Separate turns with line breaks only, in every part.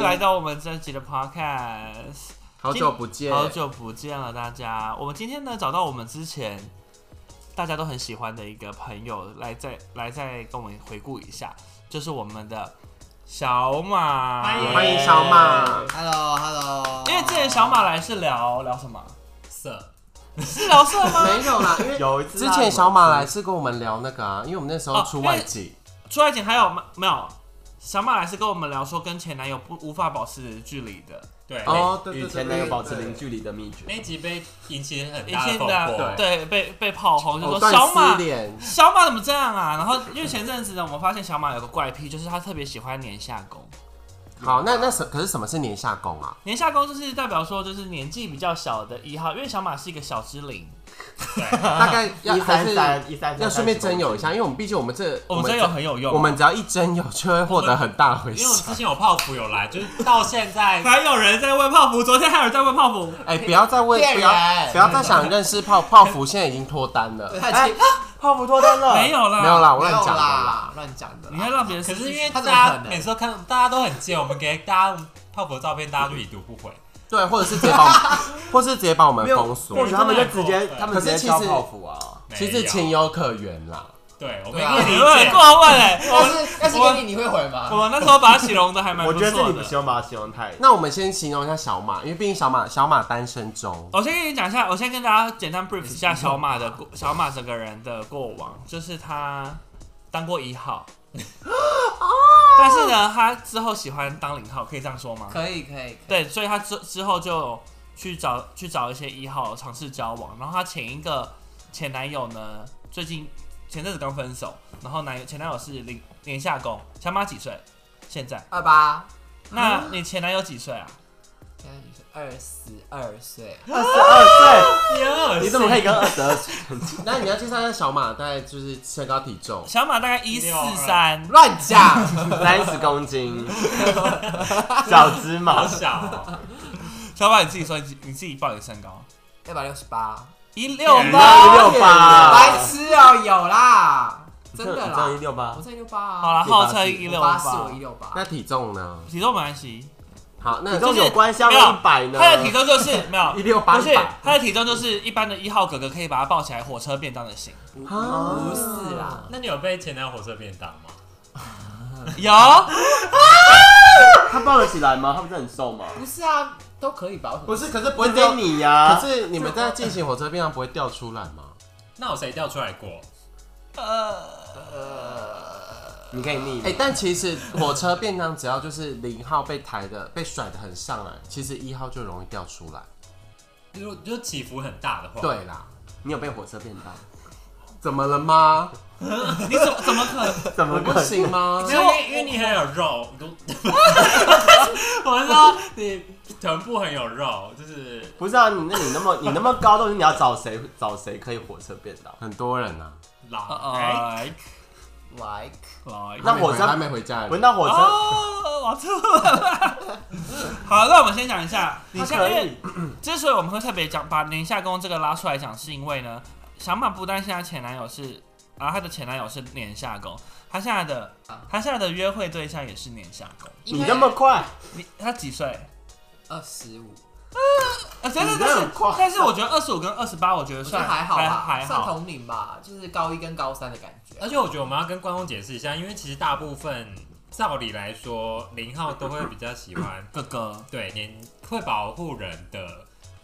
来到我们这集的 podcast，
好久不见，
好久不见了大家。我们今天呢找到我们之前大家都很喜欢的一个朋友来再来再跟我们回顾一下，就是我们的小马，
欢迎
欢迎小马。
Hello Hello，
因为之前小马来是聊聊什么？
色
是聊色吗？
没有啦，因为
哎 有一次
之
啊
前小马来是跟我们聊那个啊，因为我们那时候出
哦哎
外景，
出来前还有没有？小马来是跟我们聊说跟前男友不无法保持距离的，
对，
哦，对对
与
对，
前男友保持零
对。
距离的秘诀。
那集被引起很
以
大
前
的风
的
波，
对被被炮轰，就
藕
说
哦断
小马
丝连，
小马怎么这样啊？然后因为前阵子呢，我们发现小马有个怪癖，就是他特别喜欢年下攻。
好，那那什可是什么是年下攻 啊？
年下攻就是代表说，就是年纪比较小的一号，因为小马是一个小之灵，
大概要
一
还
三
是
三一三三，
要顺便征友一下，因为我们毕竟我们这
哦我们真的有很有啊用。
我们只要一征友就会 获得很大的回
因为我之
响。
前有泡芙有来，就是到现在
还有人在问泡芙，昨天还有人在问泡芙，
哎，不要再问，
骗
不要
人
不要再想认识泡泡芙，现在已经脱单了，
哎，泡芙脱单了，
啊没有啦，
没有啦，我
没
乱
有
讲的啦。
啦，乱讲的
你
啦。
要让别人
可是因为
他
大
怎么可
家
能
每次都看大家都很贱，我们给大家泡芙的照片，大家就已读不 回。
对，或者是直接把 我们，或是直接把我们
没有
封锁
或。许他们就直接，
对
他们直接
可是其
敲
实
泡芙啊。
没有
其实情有可原啦。
对，我们
对啊
也理
你问
解，
过问哎、
但是要是给你，你会回
我
吗？
们那时候把它形容的还蛮
我
不
觉
错
得自己不
的。
喜欢把它形容太。
那我们先形容一下小马，因为毕竟小马小马单身中，
我先跟你讲一下，我先跟大家简单 brief 一下小马的过小马整个人的过往，就是他当过一 号，
哦
但是呢，他之后喜欢当零号，可以这样说吗？
可以可以，
对，所以他之之后就去找去找一些一号尝试交往，然后他前一个前男友呢，最近前阵子刚分手，然后男友前男友是零年下攻，小马几岁？现在？
二八，
那你前男友几岁啊？
现在你是二十二岁，
二十二
你很恶
岁，
心
你怎么可以跟二十二岁
那你要介绍一下小马大概就是身高体 重，
小马大概一四三，
乱讲？三十公斤， 小芝麻
好。小 哦？
小马你自己说，你你自己报你身高，
一百六十 八，
一六八。
一六八，
白痴哦，有啦，真的
你知道一
啦，
六八
我，才一六八啊，
好了，
184
号称一六
八
八
是，我一六八
那，体重呢？
体重没关系，
好，那
体重
就是
有关系，要
没有
一百呢？
他的体重就是没有
一。六八
不是，他的体重就是一般的一号哥哥可以把他抱起来火车便当的型。
啊
不是啦，那你有被前男友火车便当吗？
有，
他抱得起来吗？他不是很瘦吗？
不是啊，都可以吧？
不是，可是不
不
会
是
掉
给。你呀，
可是你们在进行火车便当不会掉出来吗？
那有谁掉出来过？
呃
你可以逆
哎、但其实火车便当只要就是零号被抬的被甩的很上来，其实一号就容易掉出来。
就就起伏很大的话，，
对啦，
你有被火车变大？
怎么了吗？
你怎么怎么可能？
怎
我
么
不行？吗？
因为因为你很有肉， 你都，我是说 你臀部很有肉，就是
不是啊，你那你那么你那么高，都是你要找谁找谁可以火车变 大？
很多人啊，
呃
老哎，
来
like
来，
那
还没
火
回
车
还没回家而已，
闻到火车，
哦，我吐了。 好，那我们先讲一下，你
他
像
可
因为
以
之所以我们会特别讲把宁夏宫这个拉出来讲，是因为呢，小马不但现在前男友是，然后她的前男友是年下宫，她现在的她现在的约会对象也是年下宫。
你那么快，
你她几岁？
二十五，
呃，真的，
你
但
这
是
很快
但是我觉得二十五跟二十八，我觉得
我觉
算
得还好吧，
还
算
好。
同龄吧，就是高一跟高三的感觉。
而且我觉得我们要跟观众解释一下，因为其实大部分照理来说，零号都会比较喜 欢
哥哥，
对年会保护人的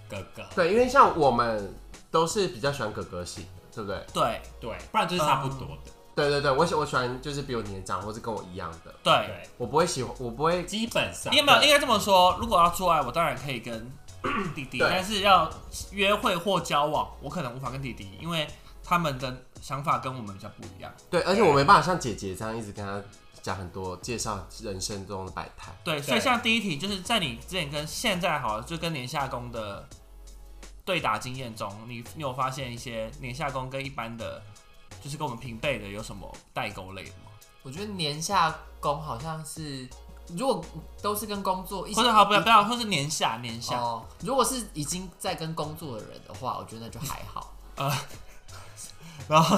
哥哥，
对，因为像我们都是比较喜欢哥哥型的，对不对？
对
对，不然就是差不多的，
对对对，我喜我喜欢就是比我年长或是跟我一样的，
嗯
对，
对，
我不会喜欢，我不会
基本上
你有没有应该这么说？如果要做爱，我当然可以跟弟弟，
对
但是要约会或交往，我可能无法跟弟弟，因为他们的想法跟我们比较不一样。
对，而且我没办法像姐姐这样一直跟她讲很多介绍人生中的百态。
对，所以像第一题，就是在你之前跟现在好了，就跟年下攻的对打经验中，你你有发现一些年下攻跟一般的，就是跟我们平辈的有什么代沟类的吗？
我觉得年下工好像是，如果都是跟工作一起，
或者好，不要不要，或是年下年下，
哦，如果是已经在跟工作的人的话，我觉得那就还好。
然后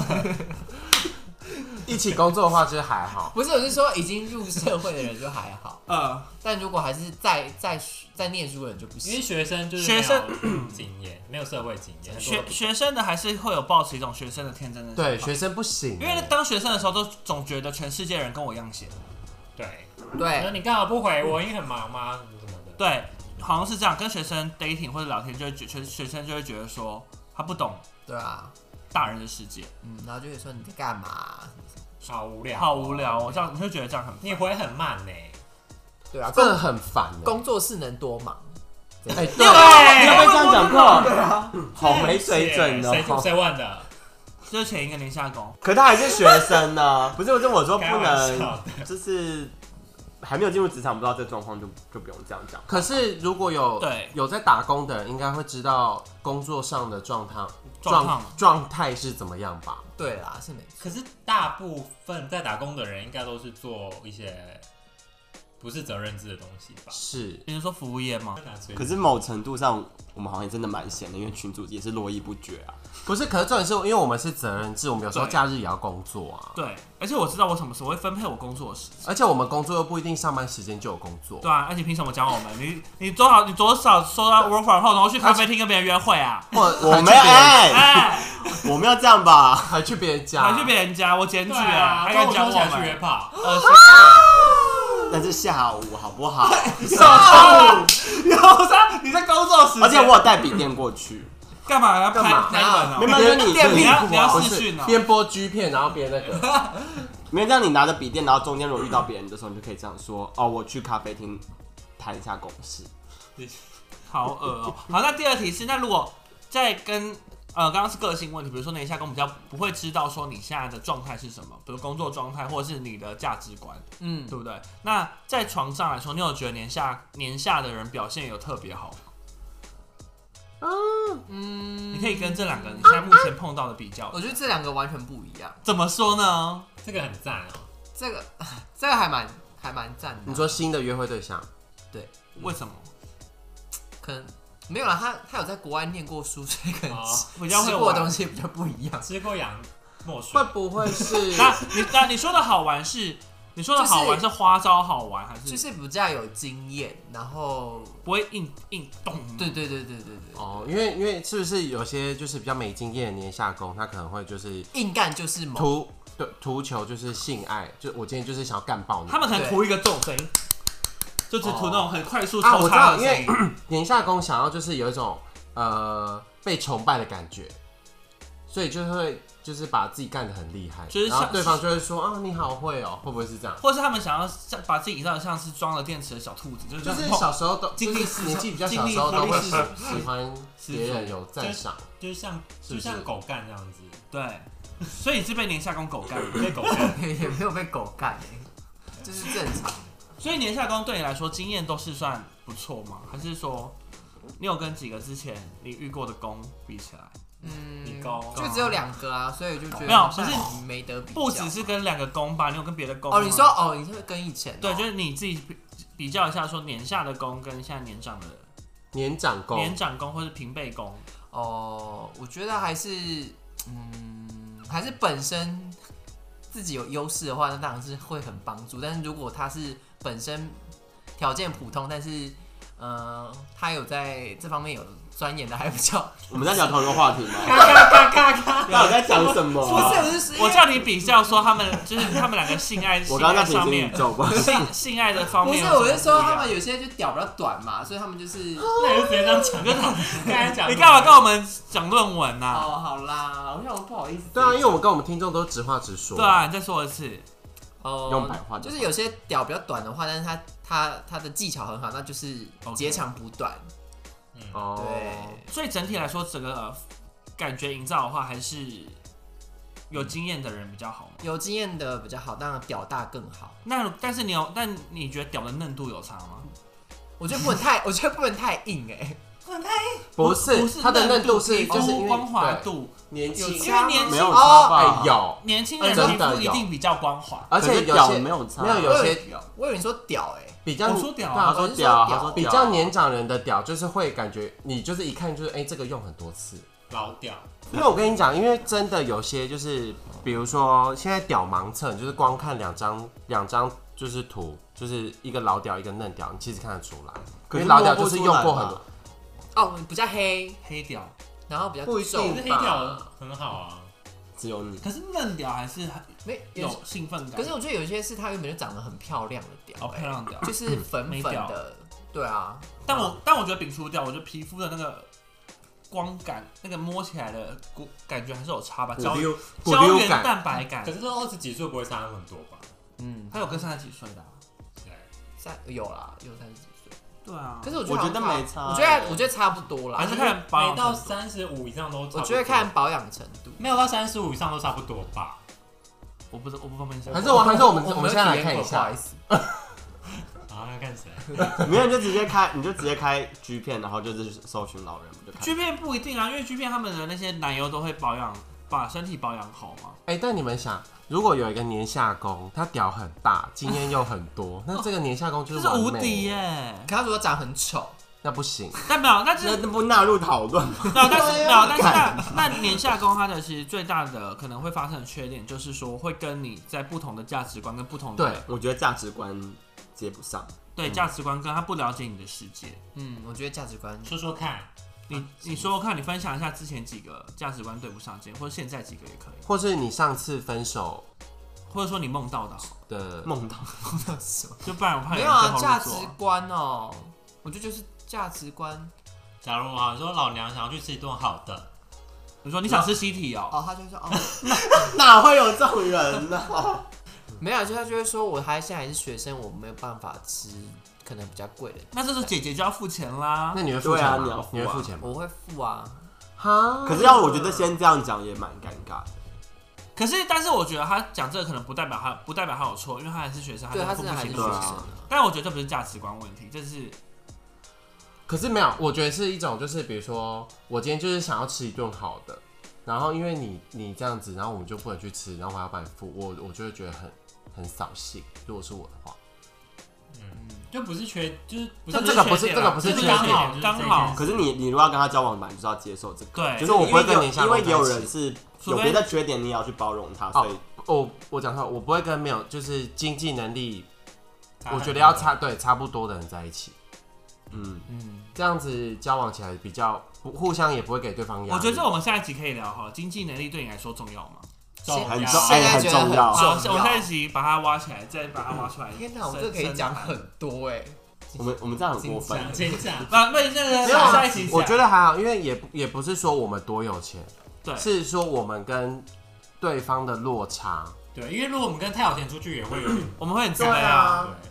一起工作的话，就是还好。
不是，我是说已经入社会的人就还好，
呃，
但如果还是在在在念书的人就不
因为
行。
学生就是
学生
没有经验，没有社会经验，
学学生的还是会有抱持一种学生的天真的想法
对，学生不行，
因为当学生的时候都总觉得全世界人跟我一样闲，
对，然后
对，
你干嘛不回我？因为很忙吗？什么什么的，
对，好像是这样。跟学生 dating 或者聊天，就会觉学学生就会觉得说他不懂
对啊，
大人的世界，
嗯，然后就会说你在干嘛？
好无聊，
好无聊、哦，这样你会觉得这样很
你回很慢呢、
对啊，
这个
工
很烦欸。
工作室能多忙？
哎，对，
你有
对，
被这样讲过？好没水准
谁谁
哦！
谁问的？
就是前一个年下工，
可他还是学生呢，不是？我就我说不
开玩笑
能，就是还没有进入职场，不知道这状况就就不用这样讲。
可是如果有
对
有在打工的人，应该会知道工作上的状态
状况
状态是怎么样吧？
对啦，是没错。
可是大部分在打工的人应该都是做一些不是责任制的东西吧？
是，
比如说服务业嘛，
可是某程度上，我们好像也真的蛮闲的，因为群主也是络绎不绝啊。
不是？可是重点是因为我们是责任制，我们有时候
对
假日也要工作啊，
对，而且我知道我什么时候会分配我工作的时间，
而且我们工作又不一定上班时间就有工作
对。啊，而且凭什么讲我们？你你多少你多少收到 work from home，然后去咖啡厅跟别人约会啊？
或
我
还去
们
别人
哎，
哎，
我们要这样吧？
还去别人家，
还去别人家，我检举
对
啊，
啊，
还敢
中午
讲
休
我
息还去约
们？
炮，
呃，
那是下午好不好？
啊 有啥？你在工作时
而且我有带笔电过去，
干嘛要拍
干嘛
拍门啊
没？有，因为你
电
你
笔
要你要
不
试
是
训啊？
边播 G 片，然后边那个。
没有这样，你拿着笔电，然后中间如果遇到别人的时候，你就可以这样说：哦，我去咖啡厅谈一下公事。
好恶哦、 好，那第二题是，那如果在跟呃刚刚是个性问题，比如说你一下跟我们比较不会知道说你现在的状态是什么，比如工作状态或者是你的价值观，
嗯，
对不对？那在床上来说，你有觉得年下年下的人表现有特别好吗？
嗯，
你可以跟这两个你现在目前碰到的比较，
我觉得这两个完全不一样。
怎么说呢？
这个很赞哦、
这个 这个还蛮还蛮赞的。啊
你说新的约会对象，
为什么
可能没有啦，他他有在国外念过书，所以可能
哦
比较会
吃过的
玩
东？西比较不一样。
吃过洋墨水
会， 不会是？
那你那你说的好玩是？你说的好玩是花招好玩，还是
就是比较有经验，然后
不会硬硬动？
对对对对对对，
哦，因为因为是不是有些就是比较没经验的年下工，他可能会就是
硬干就是猛，
图对图求就是性爱，就我今天就是想要干爆你。
他们可能
对
涂一个这种声音，就只涂那种很快速
啊我
抽
知道
插的声音。
年下工想要就是有一种呃被崇拜的感觉，所以就会就是把自己干得很厉害，
就是
然后
像
对方就会说啊你好会哦，会不会是这样？
或是他们想要像把自己营造得像是装了电池的小兔子，就是
就
这
是
样
小时候都
经历
就是年纪比较
经
小
历
的时候都
经历
会喜
是
喜欢别人有赞赏，
就是像
是不
就是像狗干这样子，
对，所以你是被年下攻狗干。
被狗干。
也没有被狗干、欸，这是正常。
所以年下攻对你来说经验都是算不错吗？还是说你有跟几个之前你遇过的攻比起来？
嗯
你高，
就只有两个啊，所以我就觉得
没有
好像
不是
很没得比较。
不只是跟两个攻吧，你有跟别的攻吗？
哦，你说哦，你是跟以前哦、
对，就是你自己比比较一下，说年下的攻跟现在年长的
年长工
年长攻或是平辈攻，
哦，我觉得还是嗯，还是本身自己有优势的话，那当然是会很帮助。但是如果他是本身条件普通，但是呃，他有在这方面有钻研的，还比较
我们在聊同一个话题吗？
嘎嘎嘎嘎！
到底在讲什么
不
啊？
是，我是
我叫你比较说他们就是他们两个性 爱，
我刚刚在
性爱上
平行宇
面
宙吧。
性性爱的方
不
面有
是
什么不一
我
样，
是说他们有些就屌比较短嘛，所以他们就是哦，
那你就直接这样讲，就刚才 讲，
你干嘛跟我们讲论文呐、啊？
哦好啦，我想我不好意思。
对啊，因为我们跟我们听众都直话直说，
对啊，你再说一次。
哦，
用白话就好
就是有些屌比较短的话，但是他他他的技巧很好，那就是截长补短。
哦，
对，
所以整体来说，整个、呃感觉营造的话，还是有经验的人比较好嘛。
有经验的比较好，当然屌大更好。
那但是你有，但你觉得屌的嫩度有差吗？
我觉得不能太，我觉得不能太硬哎、
不
不
是它的嫩度是
皮肤
就是因为
光滑
对
度，
年
有
轻
因
啊
为年
没
轻
哦有差吧？
哎，有，
年轻人
真
皮
的
肤一
有
定比较光滑。
而且
可是
有
屌
些
没有差
没有有些
我以为你说屌哎、
比较
我说屌
对
啊
他
啊
说
我是说
屌，
屌
他说
比较年长人的屌，就是会感觉你就是一看就是哎、这个用很多次，
老屌，
因为我跟你讲，因为真的有些就是，比如说现在屌盲测，你就是光看两张两张就是图，就是一个老屌一个嫩屌，你其实看得出来。
可
因为
是
老屌就是用过很
摸不出来
多
吧，
哦，比较黑，
黑屌，
然后比较
不一定
皱
可是黑屌很好啊，
只有你
可是嫩屌还是很
没有
有兴奋感。
可是我觉得有一些是它原本就长得很漂亮的屌、欸
哦，漂亮屌，
就是粉粉的，对啊，
但我但我觉得摒除掉，我觉得皮肤的那个光感，那个摸起来的骨感觉还是有差吧，胶
骨溜骨
胶
溜
原
感，嗯
蛋白感
可。是都二十几岁不会差那么多吧？
嗯，
他有跟三十几岁的、啊，
对，
三有啦，有三十几岁，
对啊，
可是我觉
我
得
觉得
好像
没差啊
我觉得我觉得差不多啦，
还是
就是
看保养
每到
程度
三十五以上都差不多，
我觉得看保养程度，
没有到三十五以上都差不多吧。
我不知我不方便讲。
啊还是我还是我们
哦我
我
没
们现
有
在来
体验
看一
过不好
下
意，思
啊，要看谁？
没有你就直接开，你就直接开 G 片，然后就是搜寻老人，我就看。
G 片不一定啊，因为 G 片他们的那些奶油都会保养，把身体保养好嘛。
哎、但你们想，如果有一个年下攻，他屌很 大，经验又很多，那这个年下攻就
这
是
是
完
无
美
敌耶、
可他如果长很丑，
那不 行。
但没有，那就是
那不纳入讨论吗？
没有，但是没有，但是那那年下攻它的其实最大的可能会发生的缺点，就是说会跟你在不同的价值观跟不同的
对
我觉得价值观接不上。
对价值观，跟他不了解你的世界。
嗯，我觉得价值观
说说看，
啊
你你说说看，你分享一下之前几个价值观对不上劲，或者现在几个也可以，
或是你上次分手
或者说你梦到的好，
的
梦到
就不然我怕
没
人
有啊，
对号
价
入
值
座
观哦，我觉得就是价值观
假如啊，说老娘想要去吃一顿好的，
你说你想吃西体哦，
哦，他就说哦，
哪会有这种人呢、
没有，就他就会说我还现在还是学生，我没有办法吃可能比较贵的，
那这时候姐姐就要付钱啦
那。你会付钱
对
吗？
啊你要付
会
啊
付钱吗？
我会付啊，
哈，
可是要我觉得先这样讲也蛮尴尬的。
可是，但是我觉得他讲这个可能不代表他不代表他有错，因为他还是学生，
对，
还
他
是付
现
不
在还
起
是
这
学
个
生
钱
对啊
啊。
但我觉得这不是价值观问题，这是
可是没有，我觉得是一种，就是比如说，我今天就是想要吃一顿好的，然后因为你你这样子，然后我们就不能去吃，然后我还要帮你付，我我就会觉得很很扫兴。如果是我的话，
就不是缺，就是不
这
是
这个
缺
不是
点
这
啦
个不是
这
缺
是刚
点，
好刚好
可是你你如果要跟他交往吧，你就是要接受这个。
对
就是我不会跟
因为
你
有下
因为
班
也有
在一起
人是
除
有
非
别的缺点，你也要去包容他，
哦
所以
我我讲错，我不会跟没有就是经济能力，
差很
我
多
觉得要差对差不多的人在一起，
嗯，
嗯，
这样子交往起来比较不互相也不会给对方压力。
我觉得这我们下一集可以聊哈，经济能力对你来说重要吗？
重要
很重
现在
哎很
觉得
重要
重
好，我下一集把它挖起来，再把它挖出来。
天哪，我这个可以
深
讲。很多哎、
我们我们这样很过分。
想先讲，
那那那个
没有啊
下一集讲，
我觉得还好，因为也不也不是说我们多有钱，
对
是说我们跟对方的落差。
对，因为如果我们跟太有钱出去，也会有点
我们会很自卑
对
啊
啊。
对。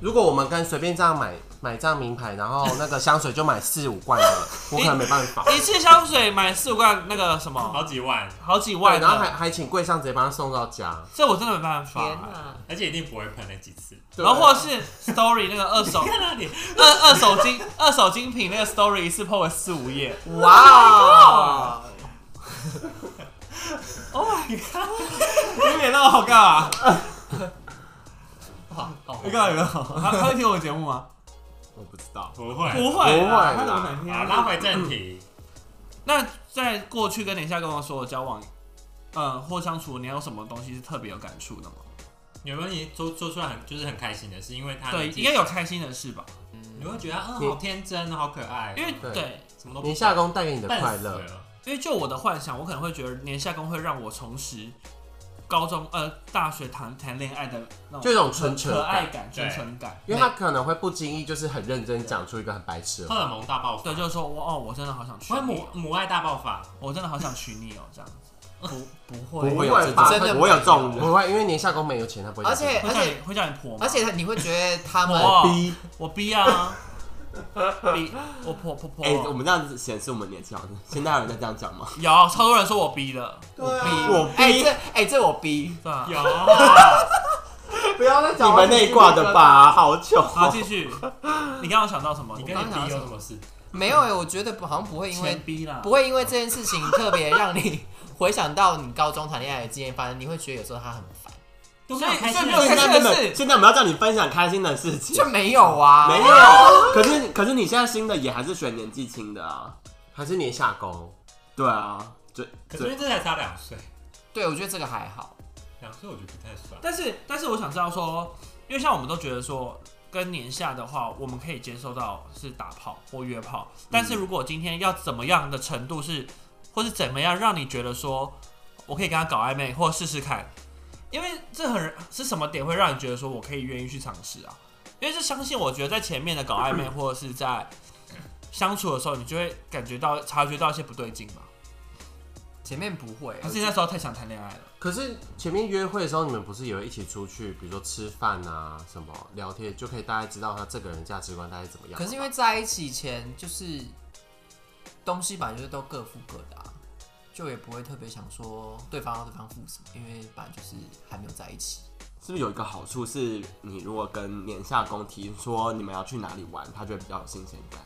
如果我们跟随便这样买买这样名牌，然后那个香水就买四五罐的，我可能没办法。
一次香水买四五罐那个什么，
好几万，
好几
对，
万，
然后还还请柜上直接帮他送到家。
这我真的没办法。
天哪，
而且一定不会喷那几次。
对啊
然后或者是 story 那个二手
你看那里，
二二手精 二手精品那个 story 一次 po 了四五页，
哇、
你脸那么好干嘛？
好好
你干嘛？他他会听我节目 吗？
我不知道，
不会，
不
好
会
不会
啦，
啦
他怎么能听啊？
拉回正题。
那在过去跟年下跟我说的交往，嗯，或相处，你还有什么东西是特别有感触的吗？
有没有你做做出来很就是很开心的事？因为他
对，应该有开心的事吧？
你会觉得嗯，好天真，好可爱，
因为
对
对，
什么都不
年下工带给你的
笨
快
死
乐，
了。
因为就我的幻想，我可能会觉得年下工会让我重拾高中呃大学谈谈恋爱的那种
就一种纯纯
可
感，
爱感、
对
纯纯感。
因为他可能会不经意就是很认真讲出一个很白痴的
荷
话。
尔蒙大爆发
对，，就是说我哦，我真的好想娶
我会
你
母
哦，
母爱大爆发。
我真的好想娶你哦，这样子
不
不
会
会有
会
这
吧
真
种，
的
不会有这种人。
不会，因为年下工没有钱，他不会讲
而
这
会
个。
且
叫你会叫你婆吗？
而且你会觉得他们
哇
逼，
我逼啊，逼我婆婆婆
哎，我们这样子显示我们年纪好像，现在有人在这样讲吗？
有超多人说我逼的，
对
逼，
我
哎、
逼
这，哎、这我逼，
对啊吧？
有，
不要再
你们那一挂的？吧，好糗。哦
好，继续，你刚刚想到什么？
你
跟
跟你弟有什么事？
没有哎、我觉得好像不会因为
前逼啦，
不会因为这件事情特别让你 回想到你高中谈恋爱的经验，反正你会觉得有时候他很 烦，
都没有开
所以
心
没有
的
开
现
心的
在根
事
本，现在我们要叫你分享开心的事情
就，没有啊，
没有。可是可是你现在新的也还是选年纪轻的啊，
还是年下工？
对啊，最
可是因为这才差两岁，
对，我觉得这个还好。
两岁我觉得不太算。
但是，但是我想知道说，因为像我们都觉得说，跟年下的话，我们可以接受到是打炮或约炮，但是如果今天要怎么样的程度是，或是怎么样让你觉得说，我可以跟他搞暧昧或试试看，因为这很是什么点会让你觉得说我可以愿意去尝试啊？因为这相信我觉得在前面的搞暧昧或者是在相处的时候，你就会感觉到察觉到一些不对劲嘛，
前面不会，
还是那时候太想谈恋爱了？
可是前面约会的时候，你们不是也会一起出去，比如说吃饭啊，什么聊天，就可以大概知道他这个人价值观大概怎么样。
可是因为在一起前就是东西本来就是都各付各的啊，就也不会特别想说对方要对方付什么，因为本来就是还没有在一起。
是不是有一个好处是，你如果跟年下公提说你们要去哪里玩，他就会比较有新鲜感，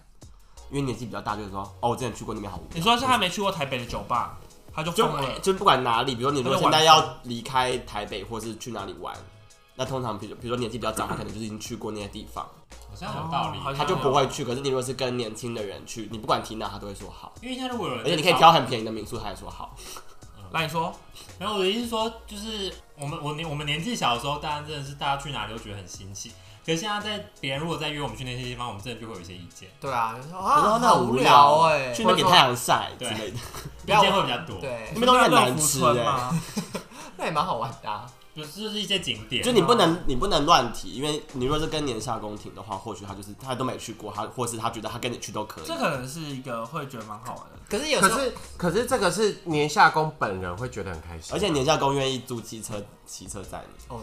因为年纪比较大，就是说哦，我之前去过那边好无聊。
你说是他没去过台北的酒吧，他就
就
疯了。
就不管哪里，比如说你如果现在要离开台北，或是去哪里玩，那通常比如比如说年纪比较长，他可能就是已经去过那些地方，
好像有道理
哦，好像
他就不会去。可是你如果是跟年轻的人去，你不管提哪，他都会说好，
因为现在如果
嗯
有人，
而且你可以挑。很便宜的民宿，他也说好。
来，你说。
然后我的意思是说，就是我们我年我们年纪小的时候，当然真的是大家去哪里都觉得很新奇。可是现在在别人如果再约我们去那些地方，我们真的就会有一些意见，
对啊，就说
然
啊，
后那
好
很无
聊
啊
欸
哎、
去那边给太阳晒之
对
类
啊
的，
意
不要
见会比较多。，
对
那，边东西很
欸
难
乐福
吃
村
哎、
吗？
那也蛮好玩的、啊。
就是就是一些景点，
就你不能你不能乱提，因为你如果是跟年下宫廷的话，或许他就是他都没去过，他或是他觉得他跟你去都可以
这。可能是一个会觉得蛮好玩的。
可是有时
可
候
是可是这个是年下公本人会觉得很开心，
而且年下宫愿意租机车骑车载你，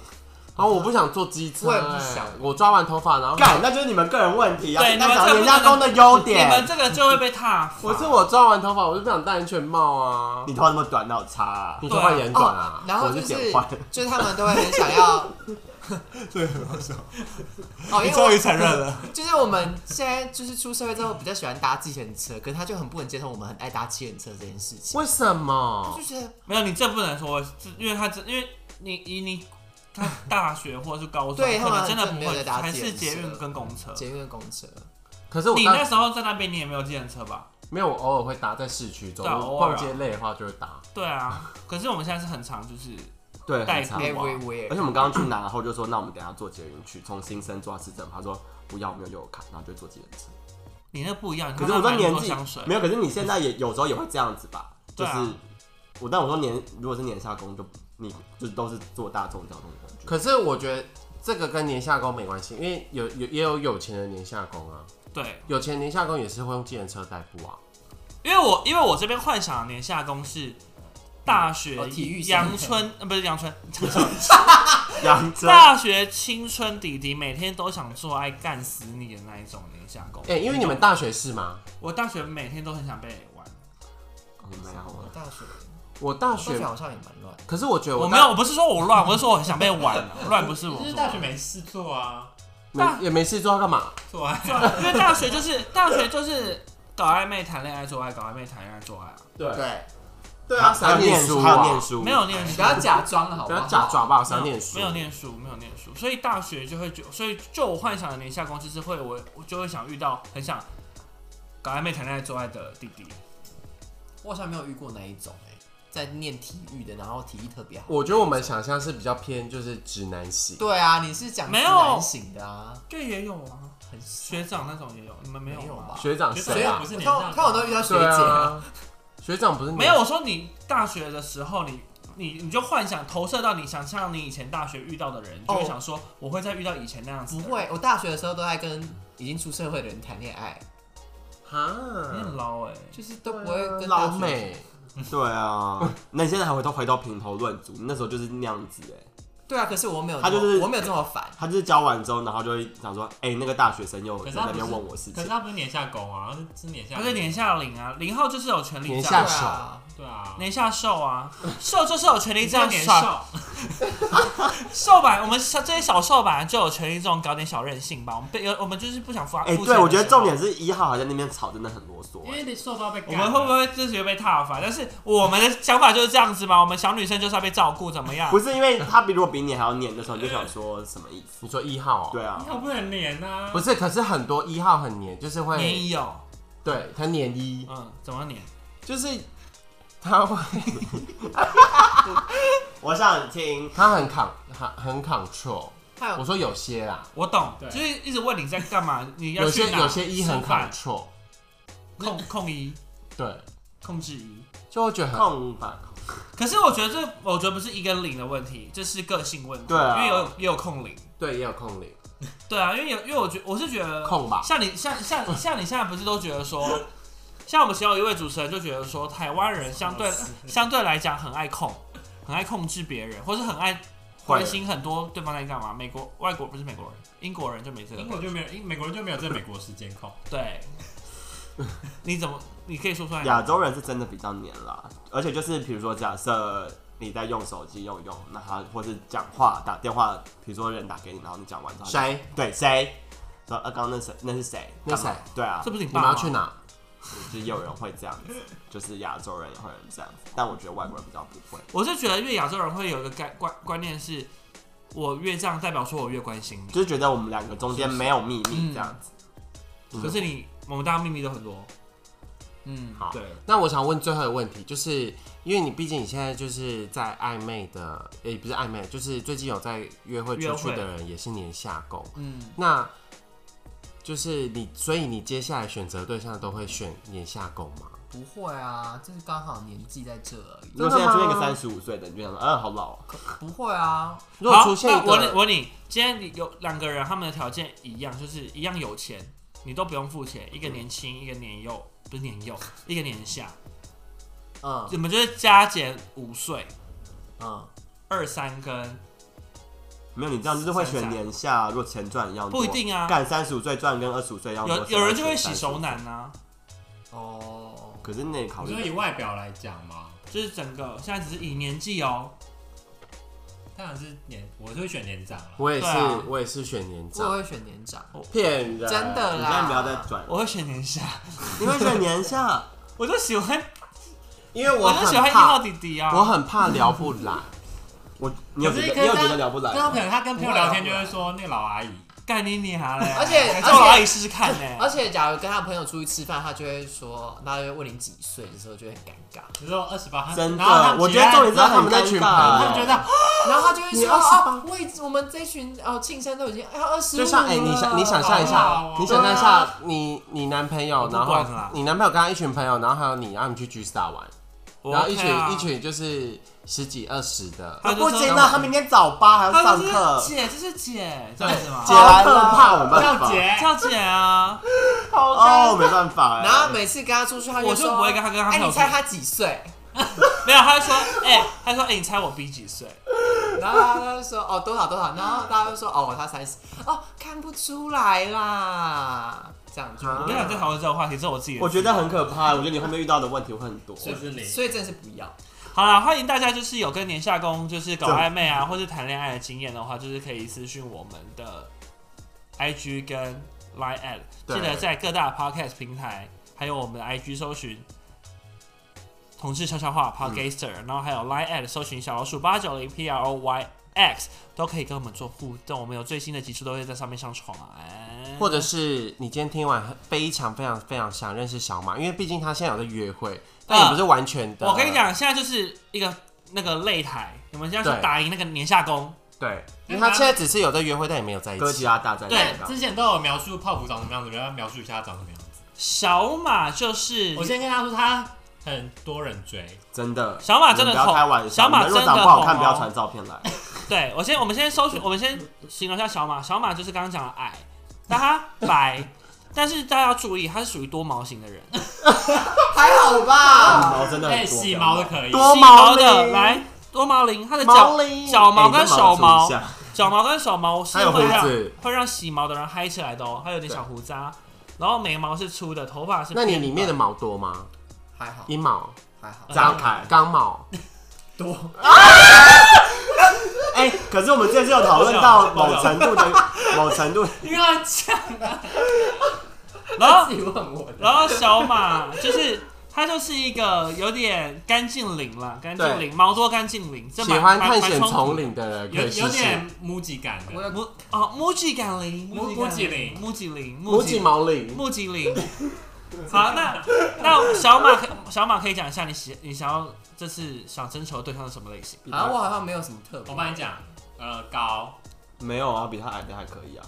啊，我不想做机车、
我也不
欸
想
我抓完头发然后
干，那就是你们个人问题啊。
哦对
那
你们
找
这
年
不
下
能
宫的优
你
啊
点。
们这个就会被踏伐。
不是我抓完头发，我就不想戴安全帽啊。
你头发那么短，哪有差、啊？
你头发也很短啊，
然后就
我是
是
剪坏了
就是他们都会很想要， 对，很好笑。哦，因为我
于承认了，
就是我们现在就是出社会之后比较喜欢搭自行车，可是他就很不能接受我们很爱搭自行车这件事情，
为什么
就？觉得
没有，你这不能说，这因为他这，因为你以你他大学或者是高中，
对
可
他
能
们
真的不
没有
会，
在搭
还
捷
是
运
捷运
车
跟公车。
捷运跟公车，
可是我
你
当
那时候在那边，你也没有计程车吧？
没有，我偶尔会搭在市区走
对啊
路，
偶尔
逛
啊
街累的话就会搭。
对啊，可是我们现在是很常就是
对，
带
很长。
带
而
哇
everywhere。
且我们刚刚去拿，然后就说，那我们等一下坐捷运去，从新生坐到市政府。他说不要，我没有悠游卡，然后就坐捷运车。
你那不一样，
可是我
说
说年纪
香水，
没有，可是你现在也有时候也会这样子吧？
对
就是、
啊
我，但我说年，如果是年下工，就你就都是坐大众交通工具。
可是我觉得这个跟年下工没关系，因为有有也有有钱的年下工啊，
对，
有钱的年下工也是会用计程车代步啊。
因为我因为我这边幻想的年下公是大学
哦体育生
阳春，呃不是阳 春，
杨真
大学青春弟弟每天都想做爱干死你的那一种年下公。
哎、因为你们大学是吗？
我大学每天都很想被玩，
没有
我
啊，
大学，
我大
大学
学，
好像也蛮乱的。
可是我觉得
我
我
没
大
有，我不是说我乱，我是 说我很想被玩啊，乱不是我
就
说
是
的。
大学没事做啊，
大
没也没事做，要干嘛？
做啊，
因为大学就是大学就是搞暧昧、谈恋爱、做爱，搞暧昧、谈恋爱、做爱啊，
对
对，
对啊，
还
谁要
有
念
念
书
还有
啊
念？书，
没有念
你
书，
不要假装好
不
不好？
要假装吧，谁要念书？
没有念书，没有念书，所以大学就会觉，所以就我幻想的年下公就是会我我就会想遇到很想搞暧昧、谈恋爱、做爱的弟弟，
我好像没有遇过那一种哎、在念体育的，然后体育特别好。
我觉得我们想象是比较偏就是直男型，
对啊，你是讲
没有
直男型的啊，
这也有啊，
很爽。
学长那种也有，你们没有
没有
吗
吧？
学长
学
谁
长
啊
不？是
我
年
看
上
我看我都遇到学
对
姐、
啊，学长不是啊
没有，我说你大学的时候你，你你就幻想投射到你想象你以前大学遇到的人，你就会
哦
想说我会再遇到以前那样子。
不，会，我大学的时候都在跟已经出社会的人谈恋爱，
你
哈
很捞哎、
就是都不会跟
啊老
大学
美。
对啊，那你现在还回头回到评头论足，你那时候就是那样子哎、
对啊，可是我没有这
他
么，
就是
我没有这么烦。
他就是教完之后，然后就会想说，哎、那个大学生又
可
在
是他
那
不是
边问我事
可
情
是。他不是年下攻啊，他是是年下，
他是年下零啊，零号就是有权利
年
这
下
样
对，啊，
对啊，
年下瘦啊，瘦就是有权利这样
年
耍
少，
瘦版，我们小这些小瘦版就有权利这种搞点小任性吧。我们被有我们就是不想发。
哎、
付钱
对，
的
我觉得
时候
重点是一号还在那边吵，真的很啰嗦、
因
哎
为你受到被
我
干啊
们会不会自己被踏伐？但是我们的想法就是这样子嘛，我们小女生就是要被照顾，怎么样
不？是因为他比如果比你还要黏的时候，你就想说什么意思？
你说一号、哦？
对啊
你，好不能黏啊呐，
不是，可是很多一号很黏，就是
年
会
一有，
对他黏一，
嗯，怎么年？
就是他 会
我想听。
他很 con 很很 control。
他有
我说有些啦，
我懂，
对
就是一直问你在干 嘛，你要
有
去
些
哪？
有些一很
吃饭
control，
控控一
对，
控制一。
就会觉得很
控吧，
可是我觉得这，我觉得不是一跟零的问题，这是个性问题。
对啊
因为有也有控零。
对，也有控零
对啊，因为有因为我觉我是觉得
控吧，
像你像像像你现在不是都觉得说，像我们其中有一位主持人就觉得说，台湾人相 对 相对来讲很爱控，很爱控制别人，或是很爱关心很多对方在干嘛。美国外国不是美国人，英国人就没这个
英。国就没有，英美国人就没有这美国时间控，
对，你怎么你可以说出来？
亚洲人是真的比较黏啦，而且就是比如说，假设你在用手机用用，那他或是讲话打电话，比如说人打给你，然后你讲完之后，
谁？
对谁说啊，刚刚那谁那是谁？
那谁
干嘛？对啊
这，不是你
你
爸
们
吗
要去？哪？
就是也有人会这样子，就是亚洲人也会有人这样子，但我觉得外国人比较不会。
我是觉得，因为亚洲人会有一个概观观念是，我越这样代表说我越关心你，
就是觉得我们两个中间没有秘密这样子。
可是你我们大家秘密都很多。
嗯，
好
对，
那我想问最后一个问题，就是因为你毕竟你现在就是在暧昧的，也、不是暧昧，就是最近有在约会出去的人也是年下攻，
嗯，
那就是你，所以你接下来选择对象都会选年下攻吗？
不会啊，这是刚好年纪在这而已，
如果现在出现一个三十五岁的，你就想说，嗯，好老、哦。
不会啊，
如果
好
出现一
那我问你
个
我问你，今天你有两个人，他们的条件一样，就是一样有钱，你都不用付钱，一个年轻，一个年幼，不是年幼，一个年下，
嗯
你们就是加减五岁，
嗯，
二三跟
没有，你这样就是会选年下，如果钱赚一样多，
不一定啊
干三十五岁赚跟二十五岁一样多，
有有人就会洗
手
手男啊，
哦，
可是那也考
我
虑
觉得以外表来讲嘛，
就是整个现在只是以年纪哦，
当然是年，我就会选年长了。
我也是、
对啊
我也是选年
我
长，
会选年长，
骗人，
真的
啊你
啦，
现在不要再转，
我会选年下，
你会选年下，
我就喜欢，
因为
我
我
就
很
喜欢一号
怕，
弟弟啊，
我很怕 聊不来，
我你有
可
觉
是
得
可是
你有
他
觉得聊不来
这样
吗？
可能他跟朋友聊天就会说那个老阿姨，
干你娘嘞，
而且
还叫我阿姨试试看呢、
而且，假如跟他朋友出去吃饭，他就会说，他就会问你几岁的时候，就会很尴尬。
你说二十八，
真
然后他
的，
们
我
其
觉得
他
重点是
然后他们那
很
群
尴
朋
他
友
尬欸
们觉得
然后他就会
你
说，
28
啊，我已我们这群哦庆生都已经要二十五
就像哎、你想你想象一
好
下
好哦，
你想象一下
对
你你男朋友
我，不
然
管了
后你男朋友跟他一群朋友，然后还有你，然后你去 G Star 玩，
我
然后一
OK
群
啊
一，群就是十几二十的，
他就
不
说
行了，啊他明天早八还要
他
上
们
课
是，姐，这是姐，这样子吗？
姐来
好可
了，
怕我没办
要
法，
哦结，
叫姐啊，
哦，没办法哎，
然后每次跟他出去，他
我
说
就不会跟他跟他
哎，
跳
你
舞
猜他几岁？
没有，他就说，哎、他说，哎、你猜我 B 几岁？
然后他就说哦多少多少，然后大家就说哦他三十，哦看不出来啦，这样就
我跟你讲，在讨论这个话题，这是我自己的。
我觉得很可怕，我觉得你后面遇到的问题会很多，欸
是不是零？
所以真的是不要。
好啦，欢迎大家就是有跟年下工就是搞暧昧啊，或是谈恋爱的经验的话，就是可以私讯我们的 IG 跟 Line at，
对
记得在各大 Podcast 平台，还有我们的 IG 搜寻。同志悄悄话 Podcaster，、然
嗯
后还有 Line at 搜寻小老鼠八九零 P R O Y X 都可以跟我们做互动，我们有最新的集数都会在上面上传，
或者是你今天听完非常非常非常想认识小马，因为毕竟他现在有在约会，但也不是完全的。
嗯我跟你，讲，现在就是一个那个擂台，你们现在是
对
打赢那个年下攻，
对，因为他现在只是有在约会，但也没有在一
哥吉
起。
拉大战
对
那个
之前都有描述泡芙长什么样子，我要描述一下他长什么样子。
小马就是
我先跟他说，他很多人追，
真的，
小马真的
你们不要开玩
红，
笑，
小马
你
真
们如
的
果长不好看，
红
不要
哦
传照片来，
对我先，我们先搜寻，我们先形容一下小马。小马就是刚刚讲的矮，但他白， 但是大家要注意，他是属于多毛型的人，
还好吧，
哦毛真的很
哎，
多，
洗毛 的可以，
多
细
毛
毛
的
的来多毛灵，他的
毛
脚
领
脚毛跟手毛
哎你，这
脚毛跟手毛是
还有胡
会让
子
会让洗毛的人嗨起来的哦，还有点小胡渣，然后眉毛是粗的，头发是
那你
偏
里面的
短
毛多吗？
还好
阴毛、
还
嗯
好。
张凯，
刚毛，
多
哎、可是我们这次有讨论到某程度的 某程度，
你乱讲，
然后
自己问我的，
然后小马就是他就是一个有点干净灵了，干净灵，毛多干净灵，这
喜
蛮
欢
蛮
探
蛮
险
冲突
丛林的人
有
可以
有
试试。
点母鸡感
我
的。
有
木哦木吉感灵，
木
木吉感灵木吉灵，
母鸡毛领，
木吉灵，好，那那小马可小马可以讲一下你喜你想要这次想征求的对象是什么类型？
啊，我好像没有什么特别，
我帮你讲，呃，高，
没有啊，比他矮的还可以啊。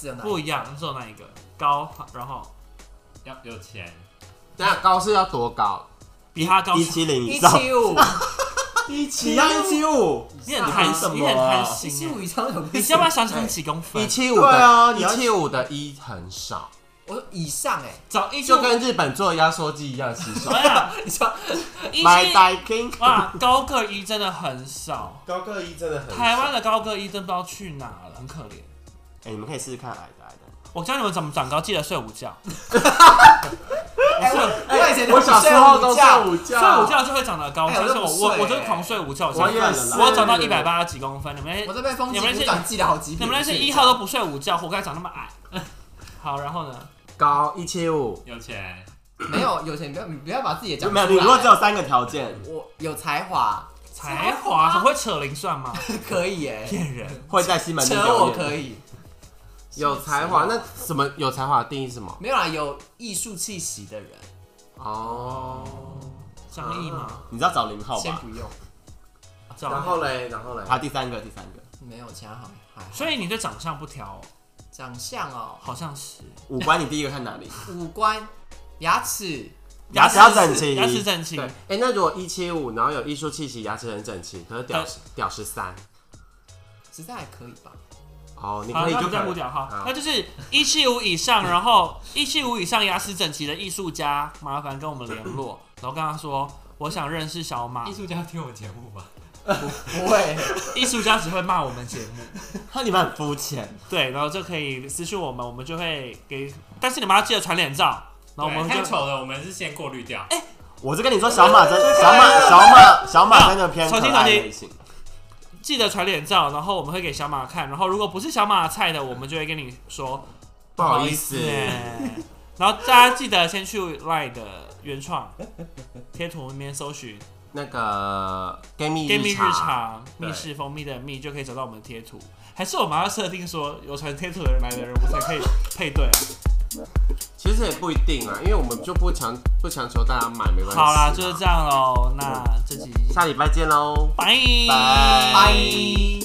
只有哪
不一样，只有那一个高，然后
要有钱，
那高是要多高？
比他高，
一七零以
一
上，
七五，
一七要一七五，
你很贪
什么
心，你很贪
一七
心
五
欸。
以哎上有
你要不要想想几公分
一？七五的，
对啊你
一
要
七五的一很少，
我说以上哎，
找一七
就
五，
跟日本做压缩机一样稀少。
哎呀，
你说
一
买
七
大 king，
哇，高个一真的很少，
高个一真的很
台湾的高个一真不知道去哪了，很可怜。
哎，你们可以试试看矮的矮的。
我教你们怎么长高，记得睡午觉，
哎，我我以前都
我小时候都
睡
睡
午
午
睡
觉，
午觉就会长得高。
哎
像
我
是
都
我
不
我
睡
我就是
欸
狂睡午觉，我
我
长
也是
我长到一百八十几公分，你们那
我这被风
你
纪
们是
股长记了好几
你
遍。
们那些一号都不睡午觉，活该长那么矮。 好，然后呢？
高一七五，
有钱，
没有有钱，你不要你不要把自己的讲
没有，
出
你
来
如果只有三个条件，
我有才华，
才华很会扯零算吗？
可以哎，
骗人！
会在西门町
扯
表
我
演。
可以，
有才华。那什么有才华的定义是什么？
没有啦，有艺术气息的人
哦，
张毅吗？
你知道找零号
先
吧？
不用，
张毅
嘞，然后嘞
他第三个，第三个
没有其他好还好。
所以你对长相不挑哦、
长相哦，
好像是
五官，你第一个看 哪里？
五官、牙齿，
牙齿要整齐，
牙齿整齐
对，，哎，那如果一七五，然后有艺术气息，牙齿很整齐，可是屌
呃
屌十三，
实在还可以吧？
哦，你
好，
可以
那
就
不在乎
可以
讲哈，
好
那就是一七五以上，然后一七五以上牙齿整齐的艺术家，麻烦跟我们联络， 然后跟他说，我想认识小马
艺。术家听我们节目吧，
不会，
艺术家只会骂我们节目，
那你们很肤浅，
对，然后就可以私信我们，我们就会给，但是你们要记得传脸照，然后我
对
们
太
就
丑了，我们是先过滤掉，
我是跟你说，小马真小马小马小马真的偏可
重新
爱
重新
类型。
记得传脸照，然后我们会给小马看，然后如果不是小马的菜的，我们就会跟你说
不好意思
不，欸然后大家记得先去 Line 的原创贴图里面搜寻
那个 gay 蜜
“gay 蜜日
常，
常”，
对
蜜是蜂蜜的蜜，就可以找到我们的贴图。还是我们要设定说，有传贴图的人来的人，我们才可以配 对啊。
其实也不一定啊，因为我们就不强不强求大家买，没关系。
好啦，就是这样喽。那这集
下礼拜见喽。
拜
拜
拜。